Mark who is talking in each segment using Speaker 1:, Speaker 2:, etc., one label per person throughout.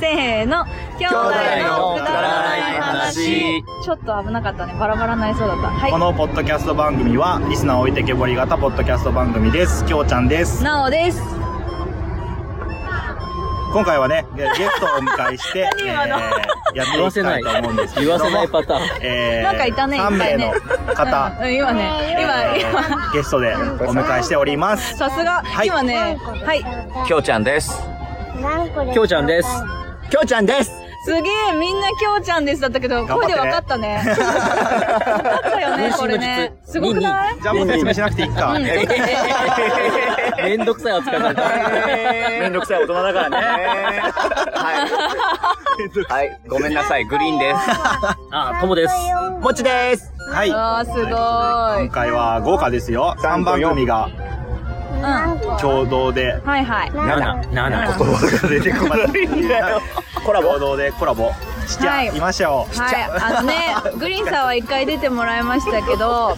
Speaker 1: せーの兄弟の
Speaker 2: の
Speaker 1: く
Speaker 2: く
Speaker 1: だ
Speaker 2: だ
Speaker 1: ら
Speaker 2: ら
Speaker 1: な
Speaker 2: ないい
Speaker 1: 話
Speaker 2: 話
Speaker 1: ちょっと危なかったねバラバラになりそうだったは
Speaker 2: こ
Speaker 1: い
Speaker 2: のポッドキャスト番組はリスナー置いてけぼり型ポッドキャスト番組ですきょうちゃんです
Speaker 1: なおです
Speaker 2: 今回はねゲゲストをお迎えして
Speaker 1: 何今の
Speaker 2: えーやっていきたいと思うんですけれども
Speaker 3: 言わせないパターン。
Speaker 2: えー、
Speaker 1: なんかいたね
Speaker 2: 3名の
Speaker 1: いっ
Speaker 2: 方、
Speaker 1: うん今ね今
Speaker 2: え
Speaker 1: 今
Speaker 2: ー ゲストでお迎えしております
Speaker 1: さすが、
Speaker 2: はい
Speaker 1: 今ねはい
Speaker 4: きょうちゃんです。
Speaker 3: きょうちゃんです。
Speaker 4: きょうちゃん です。
Speaker 1: すげえみんなきょうちゃんですだったけど
Speaker 2: 頑張
Speaker 1: 声
Speaker 2: って
Speaker 1: で
Speaker 2: ね
Speaker 1: 分かった ね分かったよね
Speaker 3: 妊娠の術
Speaker 1: これねすごくない
Speaker 2: じゃあもう説明しなくていいか、
Speaker 3: めんどくさい扱いされた。
Speaker 4: めんどくさい大人だからね。はい。はい。ごめんなさい。グリーンです。
Speaker 3: あ、ともです。
Speaker 4: もちです。
Speaker 2: はい
Speaker 1: わあすごい
Speaker 2: 今回は豪華ですよ3番組が
Speaker 1: うんは
Speaker 2: 共同で
Speaker 1: いはい
Speaker 3: 7、7。
Speaker 2: 言葉が出てこないんだよ コラボ共同でコラボしちゃいましょう、
Speaker 1: はい、あのね、グリーンさんは一回出てもらいましたけ ど、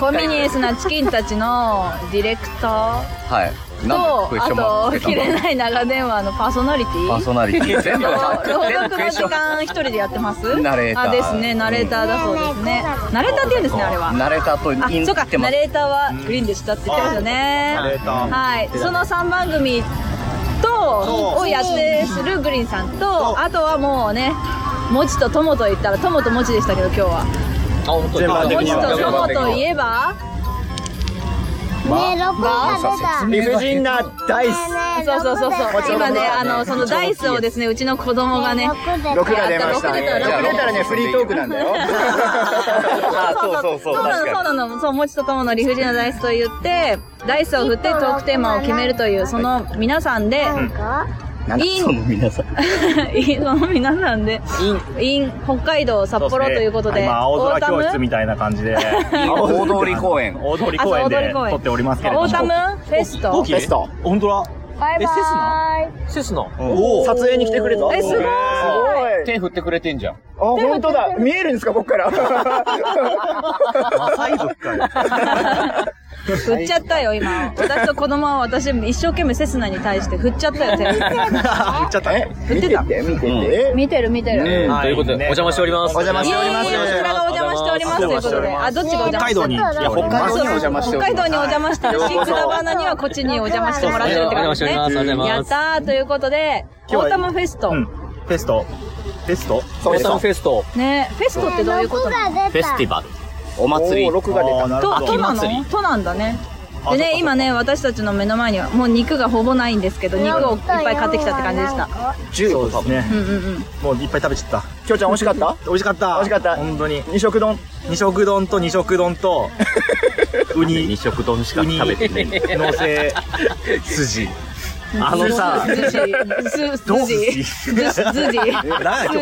Speaker 1: コミニエンスなチキンたちのディレクタ
Speaker 4: はい。
Speaker 1: ーと、あと、切れ
Speaker 4: い。
Speaker 1: ない長電話のパーソナリティ
Speaker 4: パーソナリティ。全部
Speaker 1: と
Speaker 4: が
Speaker 1: 朗
Speaker 4: 全部
Speaker 1: 読の
Speaker 4: クエ
Speaker 1: 時
Speaker 4: スチョン
Speaker 1: 間一人でやってます
Speaker 4: ナレータ
Speaker 1: あ、
Speaker 4: ー
Speaker 1: ですね、ナレーターだそうですね。ナレーターって言うんですね、あれは。
Speaker 4: ナレーターとイン
Speaker 1: あ、そうか、
Speaker 4: って
Speaker 1: ナ
Speaker 4: ます。
Speaker 1: レーターはグリーンでしたって言ってましたね。
Speaker 2: ナレーター
Speaker 1: はい、その3番組と
Speaker 2: そう
Speaker 1: をやってするグリーンさんとあとはもうねもちとともと言ったらともともちでしたけど今日は
Speaker 3: あ、ほんと
Speaker 2: 全般的
Speaker 1: も
Speaker 2: に
Speaker 1: ち
Speaker 2: は
Speaker 1: とともといえば
Speaker 5: ねえ、六が出た。ね
Speaker 4: 理不尽なダイス。
Speaker 5: え
Speaker 1: そうそうそう
Speaker 5: 六が
Speaker 1: そう
Speaker 5: 出た
Speaker 1: 今ねあのそのダイスをですねうちの子供がね
Speaker 5: ね
Speaker 4: 六が出ましたね。
Speaker 1: 六出た
Speaker 4: じゃあ
Speaker 1: 六出たら
Speaker 2: ねフリートークなんだよ
Speaker 4: あそうそうそう。
Speaker 1: そうなの
Speaker 4: 確
Speaker 1: そう
Speaker 4: か
Speaker 1: なのそうもちとともの理不尽なダイスと言ってダイスを振ってトークテーマを決めるというその皆さんで
Speaker 5: なんか
Speaker 4: に。なんだ
Speaker 1: いい
Speaker 4: その皆さ ん。
Speaker 1: その皆さんで in 北海道札
Speaker 2: そう
Speaker 1: 幌
Speaker 2: ですね
Speaker 1: ということで
Speaker 2: 今青
Speaker 1: オー
Speaker 2: 空
Speaker 1: タ
Speaker 2: 教室
Speaker 1: ム
Speaker 2: みたいな 感じで
Speaker 4: 大通り公園
Speaker 2: 大通り公園で撮っておりますけれども
Speaker 1: オータムフェスト
Speaker 2: 飛行機
Speaker 4: ベスト
Speaker 2: 本当だ
Speaker 1: バイバーイ
Speaker 3: セスの
Speaker 2: お
Speaker 4: 撮影に来てくれた
Speaker 1: えすごい
Speaker 3: 手振ってくれてんじゃん。
Speaker 6: あ、本当だ。見えるんですか、僕から。
Speaker 2: マサイ族かよ
Speaker 1: 振っちゃったよ今私と子供は私一生懸命セスナに対して振っちゃったよ手
Speaker 2: 言っちゃったね
Speaker 6: 見てて、見てて。
Speaker 1: 見てる見てる、
Speaker 3: うんということで、お邪魔しております。
Speaker 4: お邪魔
Speaker 1: い
Speaker 4: しておりま
Speaker 1: え
Speaker 4: す
Speaker 1: いえこちらがお邪魔しておりますということであどっちがお
Speaker 2: 北
Speaker 1: 邪魔
Speaker 2: 海
Speaker 1: して
Speaker 2: 道に来て
Speaker 4: い
Speaker 2: おり
Speaker 4: や北
Speaker 2: ま
Speaker 4: 海
Speaker 2: す
Speaker 4: 道にお邪魔しております
Speaker 1: 北海道にお邪魔した
Speaker 4: ようこ
Speaker 1: 新
Speaker 4: そ
Speaker 1: くだばなにはこっちにお邪魔してもらってるってことですね
Speaker 3: お邪魔しております
Speaker 1: やったーということでオ
Speaker 2: 今日は
Speaker 1: ータムフェスト、
Speaker 2: うんフェストフェスト
Speaker 3: お邪魔フェスト。
Speaker 1: ねフェストってどういうことなの
Speaker 5: が出た。
Speaker 4: バル。お祭り。
Speaker 6: 六が出
Speaker 2: あー
Speaker 6: た。
Speaker 2: なる
Speaker 1: と
Speaker 2: ほ
Speaker 1: と
Speaker 2: ど
Speaker 1: な
Speaker 4: 祭
Speaker 1: の
Speaker 4: り
Speaker 1: となんだね
Speaker 2: あ
Speaker 1: で
Speaker 2: そうかそう
Speaker 1: ね
Speaker 2: か
Speaker 1: 今ね私たちの目の前にはもう肉がほぼないんですけど肉をいっぱい買ってきたって感じでした
Speaker 6: 十。
Speaker 2: そうですね
Speaker 1: うんうんうん
Speaker 2: もういっぱい食べちゃった
Speaker 6: きょうちゃん、美味しかった
Speaker 2: 美味しかった
Speaker 6: 美味しかった
Speaker 2: 本当に
Speaker 6: 二色丼。
Speaker 2: 二色丼と二色丼とウニ
Speaker 4: 食丼し
Speaker 2: ウニのせ
Speaker 4: 筋。
Speaker 2: あの さ
Speaker 1: ズジズズ
Speaker 2: どう
Speaker 1: ジズジズジ寿
Speaker 2: なちょ
Speaker 1: 司
Speaker 2: やばいない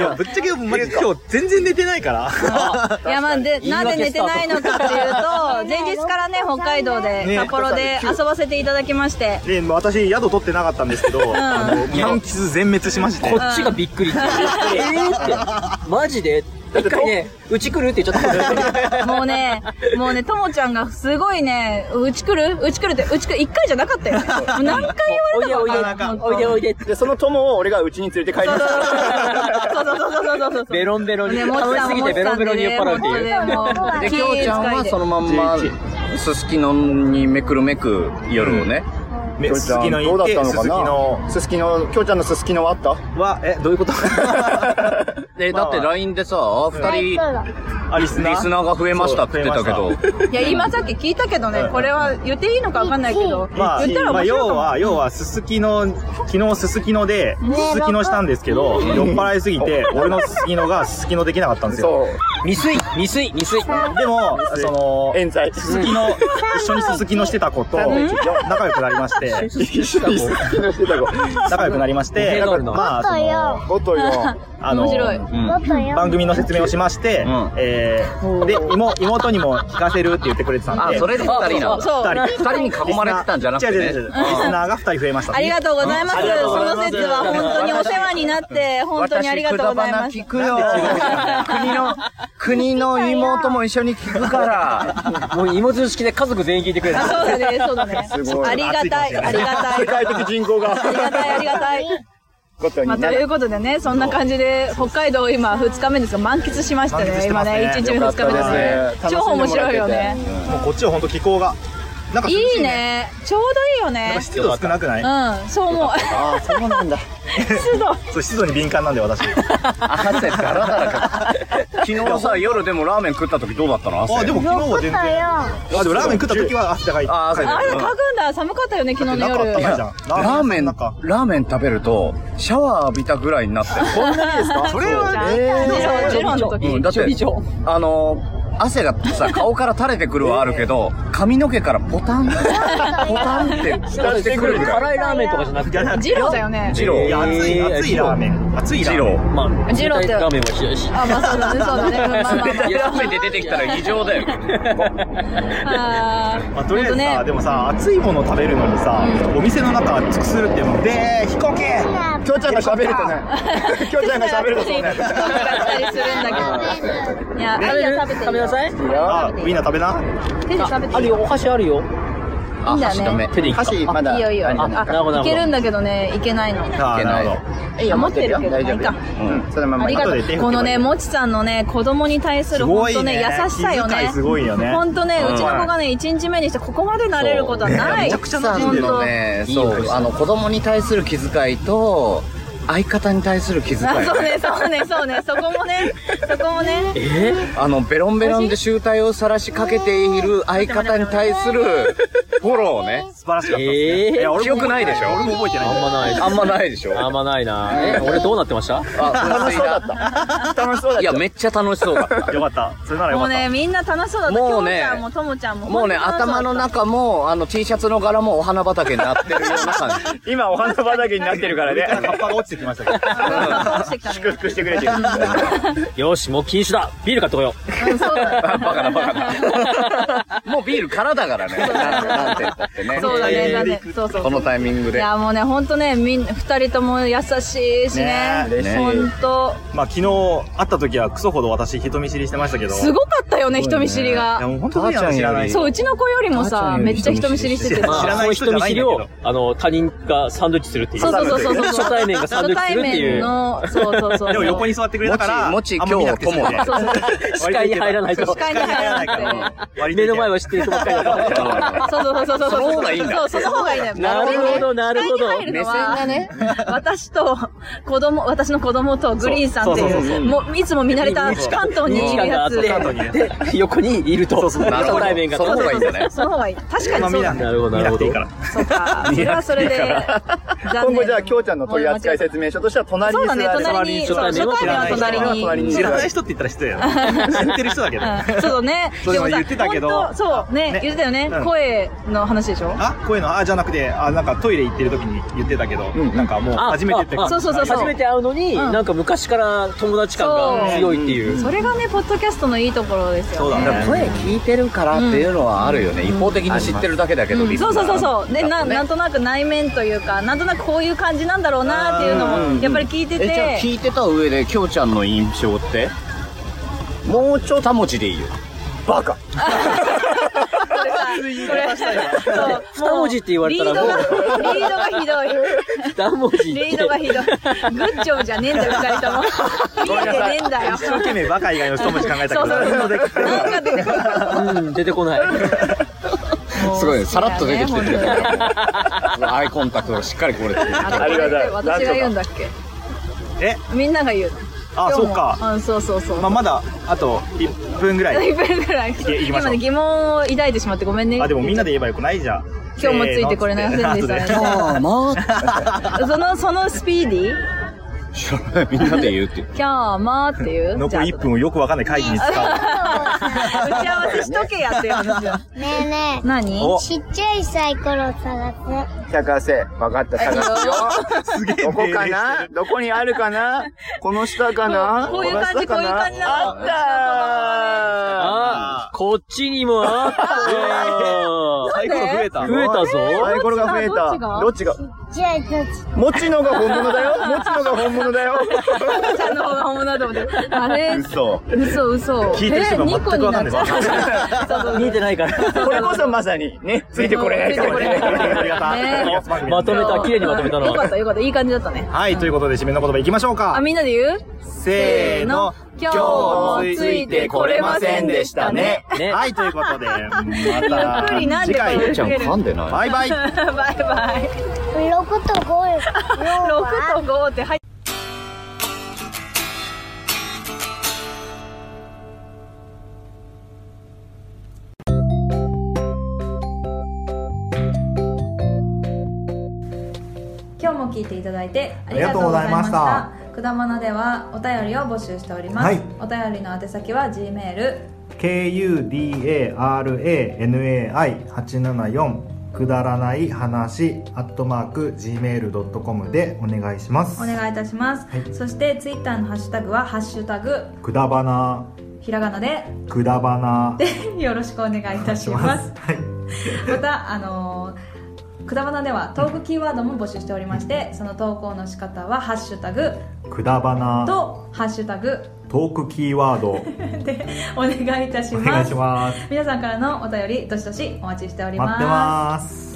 Speaker 2: やぶっちゃけマジ今日全然寝てないから
Speaker 1: いやまあでなぜ寝てないのかっていうと前日からね北海道で
Speaker 2: ね
Speaker 1: 札幌で遊ばせていただきまして
Speaker 2: で私宿取ってなかったんですけど、あの満喫全滅しまして
Speaker 3: こっちがびっくりって。えーって。マジで一回ね、うち来るって言っちゃった。
Speaker 1: もうねもうねともちゃんがすごいねうち来るうち来るってうち来る1回じゃなかったよもう何回
Speaker 3: おいで
Speaker 1: 言わ
Speaker 3: おい
Speaker 1: れ
Speaker 3: で
Speaker 1: たか、
Speaker 3: おいでおいで。
Speaker 6: で、その友を俺がうちに連れて帰りました。
Speaker 1: そうそうそうそうそうそうそうそうそう
Speaker 3: ベロンベロンに。
Speaker 1: ねもち
Speaker 3: 楽し
Speaker 1: さん
Speaker 3: すぎ
Speaker 1: も
Speaker 3: てベロンベロンに酔っ払うって
Speaker 1: もち
Speaker 3: いう。
Speaker 1: さんもねもう
Speaker 4: で、きょうちゃんはそのまんま、すすきのにめくるめく夜をね。
Speaker 2: め
Speaker 6: きょうちゃん、どうだったのかなすすきの、きょうちゃんのすすきのはあった
Speaker 2: はえどういうこと
Speaker 4: え、だって LINE でさ、二人、
Speaker 2: あリスナー
Speaker 4: リスナーが増えましたって言ってたけ
Speaker 2: そう
Speaker 4: ど
Speaker 2: 増えまし、
Speaker 1: いや今さっき聞いたけどねこれは言っていいのかわかんないけど
Speaker 2: まあ、
Speaker 1: 言ったら
Speaker 2: まあ
Speaker 1: 面白いか
Speaker 2: 要
Speaker 1: も
Speaker 2: は、要は、すすきの、昨日すすきので、すすきのしたんですけど、酔っ払いすぎて、俺のすすきのがすすきのできなかったんですよ。
Speaker 6: そう。
Speaker 3: 未遂未遂未遂。
Speaker 2: でも、その、
Speaker 6: 冤罪。
Speaker 2: すすきの、一緒にすすきのしてた子と、仲良くなりまして、
Speaker 6: 一緒 にすすきのしてた子。
Speaker 2: 仲良くなりまして、
Speaker 3: 仲良くなるの
Speaker 2: まあ、その、
Speaker 6: おっとよ。
Speaker 2: あの
Speaker 1: 面白い
Speaker 2: 番組の説明をしまして、
Speaker 4: ん
Speaker 2: えーで妹妹にも聞かせるって言ってくれてたん
Speaker 4: あ
Speaker 2: で、
Speaker 4: それで二人なんだ。
Speaker 1: そう
Speaker 2: 二人
Speaker 4: 二人に囲まれてたんじゃなくて
Speaker 2: 違う違う違う
Speaker 4: ね。
Speaker 2: リスナーが二人増えました
Speaker 1: ありがとうございます。その説は本当にお世話になって、本当にありがとうございま
Speaker 4: 私
Speaker 1: す。
Speaker 4: くだばな聞くよ。国の、国の妹も一緒に聞くから。
Speaker 3: もう芋図式で家族全員聞いて くれ
Speaker 1: あ
Speaker 3: た。
Speaker 1: そうだね、そうだね。
Speaker 6: すごい
Speaker 1: ありがたい、ありがたい。
Speaker 6: 世界的人口が。
Speaker 1: ありがたい、ありがたい。
Speaker 6: ことに
Speaker 1: まあ、と
Speaker 6: な
Speaker 1: いう
Speaker 6: る。
Speaker 1: ことでね、そんな感じで、北海道今2日目ですが、満喫しました
Speaker 2: 満喫
Speaker 1: ね。
Speaker 2: して
Speaker 1: 今
Speaker 2: ますね
Speaker 1: ね、1日目2日目ですね
Speaker 6: よかったですね
Speaker 1: 超面白いよね。
Speaker 2: もうこっちは本当気候がなんか涼し
Speaker 1: いいね。ちょうどいいよ
Speaker 2: や
Speaker 1: ね
Speaker 2: っぱ。湿度少なくない
Speaker 1: うん、そう思う。
Speaker 6: ああ、そうなんだ。
Speaker 1: 湿度。
Speaker 2: そう湿度に敏感なんで私
Speaker 4: 汗だらだらか
Speaker 7: 昨日さ、夜でもラーメン食った時どうだったの
Speaker 2: あでも昨日は全然あでもラーメン食った時は汗かいて
Speaker 7: あ、汗
Speaker 1: あれ、
Speaker 7: で
Speaker 1: かくんだ。寒かったよね、昨日の
Speaker 2: 中あったか
Speaker 1: 夜。
Speaker 2: いじゃん
Speaker 7: ラーメン、ラ
Speaker 2: なんか
Speaker 7: ーメン食べると、シャワー浴びたぐらいになってる。
Speaker 2: それはね
Speaker 1: ジロージローの
Speaker 7: うん、
Speaker 1: 時。
Speaker 7: だって、あのー、汗がさ、顔から垂れてくるはあるけど、髪の毛からポタン、ポタンって下してくるぐらい。
Speaker 3: 辛いラーメンとかじゃなくて
Speaker 2: じゃな
Speaker 1: ジローだよね。
Speaker 7: ジロ
Speaker 2: いや
Speaker 7: ー、
Speaker 2: 熱い熱いラーメン熱いラ
Speaker 7: ジ
Speaker 2: ーメ
Speaker 7: ロ
Speaker 2: ン
Speaker 7: ー。
Speaker 3: まあ
Speaker 1: ジローって
Speaker 3: 冷たいラーメンは冷 やし
Speaker 1: あ、まあそうだね、そうだね。まあまあまあ
Speaker 7: いやラーメンで出てきたら異常だよ。
Speaker 1: あー
Speaker 2: まあ、とりあえず
Speaker 1: ほん
Speaker 2: さ、
Speaker 1: とね
Speaker 2: でもさ熱いもの食べるのにさ、お店の中尽くするってもうでー飛行機
Speaker 6: きょうちゃんが喋るとね。 きょうちゃんが喋るとそうね。
Speaker 1: 口が開いたりするんだけど。いや、あいや食べていいよ
Speaker 3: 食べなさい
Speaker 2: あウインナー食べな
Speaker 1: 手で食べていい
Speaker 3: あるよお箸あるよ
Speaker 1: いいんだ
Speaker 7: 箸ダ
Speaker 1: ね
Speaker 7: メ。
Speaker 3: 手でいいか
Speaker 6: 箸まだ。
Speaker 1: いいよいいよ
Speaker 6: あれじゃない
Speaker 1: あ
Speaker 3: なるほど
Speaker 1: いけるんだけどねいけないの
Speaker 2: あーなるほ
Speaker 6: いい
Speaker 1: あ
Speaker 6: よ
Speaker 1: 持ってるけど
Speaker 6: 大丈
Speaker 1: いいか
Speaker 6: 夫。うん。そのまん
Speaker 1: あ
Speaker 6: ま
Speaker 1: り
Speaker 6: に。
Speaker 1: がと
Speaker 2: 後で手振って
Speaker 1: うこのねもちさんのね子供に対する
Speaker 2: すご
Speaker 1: 本
Speaker 2: いね
Speaker 1: 当ね優しさよ
Speaker 2: 気
Speaker 1: ね
Speaker 2: 遣いすごいよね
Speaker 1: 本当ね
Speaker 2: うん
Speaker 1: うちの子がね1日目にしてここまで慣れることはない
Speaker 2: めちゃくちゃ馴染んでる
Speaker 1: 本
Speaker 2: よ
Speaker 1: 当
Speaker 7: ね
Speaker 4: ら。そ、
Speaker 7: そうう、
Speaker 4: あ
Speaker 7: あの、
Speaker 4: の、子供に対する気遣いと、相方に対する気遣い。
Speaker 1: あそうねそうねそうねそこもねそこもね
Speaker 3: え
Speaker 4: あの、ベロンベロンで醜態を晒しかけている相方に対するフォローね。
Speaker 2: 素晴らしかったですね、
Speaker 3: えー
Speaker 2: いや
Speaker 4: 記憶ないでしょ
Speaker 2: 俺も覚えてない
Speaker 3: あんまない
Speaker 4: あんまないでしょ
Speaker 3: あんまないなえ俺どうなってました
Speaker 4: あ、
Speaker 6: 楽
Speaker 4: 噴
Speaker 6: し
Speaker 4: 水
Speaker 6: そうだ
Speaker 4: だ。
Speaker 6: った。楽しそうだった。
Speaker 4: いや、めっちゃ楽しそうだった。
Speaker 2: よかったそれならよ
Speaker 1: も
Speaker 2: か
Speaker 1: う
Speaker 2: った
Speaker 1: ねみんな楽しそうだった
Speaker 4: もうね
Speaker 1: きょちゃんもともちゃんも
Speaker 4: もうね、頭の中も、あの、T シャツの柄もお花畑になってるような感じ。
Speaker 6: 今お花畑になってるから
Speaker 2: 上から
Speaker 6: ね。
Speaker 2: カッパが落ちてきましたけど
Speaker 1: 頭してきたね
Speaker 6: 祝福してくれてる。
Speaker 3: よしもう禁酒だビール買ってこよ
Speaker 1: うんそうだ
Speaker 4: バカだバ カだ。もうビール空だからね。なんなんて言ったってね。
Speaker 1: そうだねだねそうそう
Speaker 4: このタイミング
Speaker 1: い
Speaker 4: で。
Speaker 1: やもうね本当ねみん二人とも優しいしね
Speaker 2: ね
Speaker 4: ね
Speaker 1: 本当
Speaker 2: まあ昨日会った時はクソほど私人見知りしてましたけど
Speaker 1: すごかったよね人見知り
Speaker 2: いや
Speaker 1: が
Speaker 2: もう本当に知らない
Speaker 1: そううちの子よりも
Speaker 4: 母ちゃ
Speaker 1: さ
Speaker 4: んより
Speaker 1: めっちゃ人見知りしてて
Speaker 2: 知
Speaker 3: う
Speaker 2: ら
Speaker 1: さ
Speaker 2: ない
Speaker 3: そう
Speaker 2: 人じゃ
Speaker 3: 見
Speaker 2: ないんだけ
Speaker 3: 知り
Speaker 2: ど
Speaker 3: をあの他人がサンドイッチするっていう
Speaker 1: そうそうそうそうそう
Speaker 3: 初対面がサンドイッチするって
Speaker 1: 初対面
Speaker 3: いう
Speaker 1: のそうそうそうそう
Speaker 2: でも横に座ってくれたから
Speaker 4: もちもち
Speaker 2: あんま見なくていい
Speaker 4: 今日は
Speaker 1: そうそう
Speaker 3: 視界に入らないと
Speaker 1: 視界に入らないから
Speaker 2: 割と
Speaker 3: 目の前は知ってる人ばっかりだから
Speaker 1: そうそうそうそうそう
Speaker 4: その方がいいんだ
Speaker 1: そうその方がいいんだよ
Speaker 3: なるほどなるほど
Speaker 1: 視界に入るのは私と子供私の子供とグリーンさんって
Speaker 2: そうそうそ
Speaker 1: い
Speaker 2: うそう
Speaker 1: うもういつも見慣れた
Speaker 3: 日
Speaker 1: 地関東にいるやつ
Speaker 3: 日韓があってで横にいると初
Speaker 4: なるほど
Speaker 3: 対面が
Speaker 4: その方がいいんだね。
Speaker 1: その方がいい確かにそう
Speaker 2: あん
Speaker 1: だ
Speaker 2: ま見
Speaker 1: ね
Speaker 2: な
Speaker 3: なるほど
Speaker 2: 見な
Speaker 3: なる
Speaker 2: く
Speaker 3: ほど
Speaker 2: ていいから
Speaker 1: そうか。それはそれで。
Speaker 6: 今後じゃあ、きょう
Speaker 1: 日
Speaker 6: ちゃんの取り扱い説明書としては、隣
Speaker 1: そ
Speaker 6: に
Speaker 1: う
Speaker 6: 座
Speaker 1: だね、
Speaker 6: る。
Speaker 1: 隣に、そう初
Speaker 3: 初
Speaker 1: 対面は
Speaker 2: 対面は
Speaker 1: 隣
Speaker 6: 隣
Speaker 1: に
Speaker 6: に。
Speaker 1: うん
Speaker 2: 知らない人って言ったら失礼だな知ってる人 だけど
Speaker 1: そうだね。
Speaker 2: そうでも言ってたけど
Speaker 1: 本当そう、ね
Speaker 2: ね、
Speaker 1: 言ってたよね
Speaker 2: う。ん
Speaker 1: 声の話でしょ
Speaker 2: あこういうのあじゃなくてあなんかトイレ行ってる時に言ってたけど、なんかもう初めてって
Speaker 1: そうそうそうそう
Speaker 3: 初めて会うのに
Speaker 1: うん
Speaker 3: なんか昔から友達感が強いっていう
Speaker 1: それがね、ポッドキャストのいいところです
Speaker 2: そう
Speaker 1: よ
Speaker 2: だ
Speaker 1: ね。
Speaker 2: ね
Speaker 4: 声聞いてるからっていうのはあるよね。一方的に知ってるだけだけ
Speaker 1: う
Speaker 4: ど、
Speaker 1: ん
Speaker 4: リスナ
Speaker 1: そ
Speaker 4: ー
Speaker 1: うそうそうそう。で、な、
Speaker 4: ね
Speaker 1: なんとなく内面というか、なんとなくこういう感じなんだろうなっていうのも、やっぱり聞いて
Speaker 4: え、じゃあ
Speaker 1: て、
Speaker 4: 聞いてた上で、きょうちゃんの印象ってもうちょいたもちでいいよ。バカ
Speaker 1: それ、そう
Speaker 3: 二文字って言われたらもう
Speaker 1: もうリードが、リードがひどい。
Speaker 3: 二文字
Speaker 1: リードがひどい。グッジョブじゃねえんだよ、二人とも。見えてねえんだよ。
Speaker 2: 一生懸命バカ以外の一文字考えたけど
Speaker 1: そうそうそう
Speaker 2: で
Speaker 1: なんか出てこない
Speaker 3: うん出てこない
Speaker 4: すごいね、さらっと出てきてる
Speaker 1: そうだね本
Speaker 4: アイコンタクトがしっかりこれてる。
Speaker 1: 当に
Speaker 6: ありがたい
Speaker 1: 私が言うんだっけ
Speaker 2: え
Speaker 1: みんなが言うの今
Speaker 2: あ
Speaker 1: 日
Speaker 2: そ
Speaker 1: も
Speaker 2: っか、
Speaker 1: うんそうそうそう
Speaker 2: まあ、まだあと1分ぐらい
Speaker 1: 1分ぐらい
Speaker 2: いきまし
Speaker 1: 今
Speaker 2: ょう
Speaker 1: ね疑問を抱いてしまってごめんね
Speaker 2: あでもみんなで言えばよくないじゃん
Speaker 1: 今日もついてこれませんでしたね
Speaker 2: せーのっつって
Speaker 4: ああ、まあ。
Speaker 1: そのそのスピーディー
Speaker 4: 知らないみんなで言うって。
Speaker 1: 今日もっていう
Speaker 2: 残り
Speaker 1: じゃ
Speaker 2: 1分をよくわかんない会議に使
Speaker 1: あ打ち合わせしとけやっていう話だ
Speaker 5: ねえね
Speaker 1: 何
Speaker 2: お
Speaker 5: え、ちっちゃいサイコロを探す。
Speaker 6: 探せ。わかった、探すよ。
Speaker 2: うすげえ
Speaker 6: どこか
Speaker 2: 命令して
Speaker 6: な
Speaker 2: る
Speaker 6: どこにあるかなこの下かな
Speaker 1: こういう感じ
Speaker 6: の下か
Speaker 1: こういう感じなの
Speaker 6: あっ
Speaker 3: あこっちに もあったよ
Speaker 2: サイコロ増えた
Speaker 3: 増えたぞ
Speaker 6: たサイコロが増え
Speaker 1: どっち
Speaker 6: た。
Speaker 1: が
Speaker 6: どっちが
Speaker 5: 違う違う違う。
Speaker 4: もちのが本物だよ。もちのが本物だよ。
Speaker 1: ちゃんの方が本物だと思って。あれ
Speaker 4: 嘘。
Speaker 1: 嘘嘘。
Speaker 8: 聞いてる人が全く分かんないです
Speaker 1: えー二個になっちゃうそうそうそう
Speaker 3: 見えてな いから。
Speaker 4: これこそまさに、ね、ついてこれない
Speaker 1: ついてこれない
Speaker 8: ありがたい
Speaker 1: ね
Speaker 8: ありがたい
Speaker 3: まとめた綺麗にまとめたな
Speaker 1: よかったよかった。いい感じだったね。
Speaker 8: はい、ということで締めの言葉いきましょう
Speaker 1: あ、
Speaker 8: か。
Speaker 1: みんなで言う
Speaker 8: せーの。
Speaker 1: 今日もついてこれませんでしたね。
Speaker 3: ね
Speaker 8: はい、ということで、
Speaker 1: ゆ
Speaker 8: ま
Speaker 1: っくりな
Speaker 8: た
Speaker 1: んで
Speaker 8: 次
Speaker 1: これ
Speaker 8: 回、
Speaker 1: ちゃん噛ん
Speaker 9: でない
Speaker 8: バイバイ。
Speaker 1: バイバイ。
Speaker 5: 六と五よ。六
Speaker 1: 6と5って入っ今日も聞いていただいてありがとうございました。くだまなではお便りを募集しております。
Speaker 2: はい
Speaker 1: お便りの宛先は G メール
Speaker 2: kudaranai874 くだらない話アットマーク gmail.com でお願いします
Speaker 1: お願いいたします。
Speaker 2: はい
Speaker 1: そしてツイッターのハッシュタグはハッシュタグ
Speaker 2: くだばな
Speaker 1: ひらがなで
Speaker 2: くだばな
Speaker 1: よろしくお願いいたします。
Speaker 2: はい
Speaker 1: またあのーくだばなではトークキーワードも募集しておりましてその投稿の仕方は「ハッシュタグ
Speaker 2: くだば」な
Speaker 1: と「ハッシュタグ
Speaker 2: トークキーワード」
Speaker 1: でお願いいたし
Speaker 2: お願
Speaker 1: ま
Speaker 2: い
Speaker 1: す
Speaker 2: します
Speaker 1: 皆さんからのお便りどしどしお待ちしており
Speaker 2: 待ってます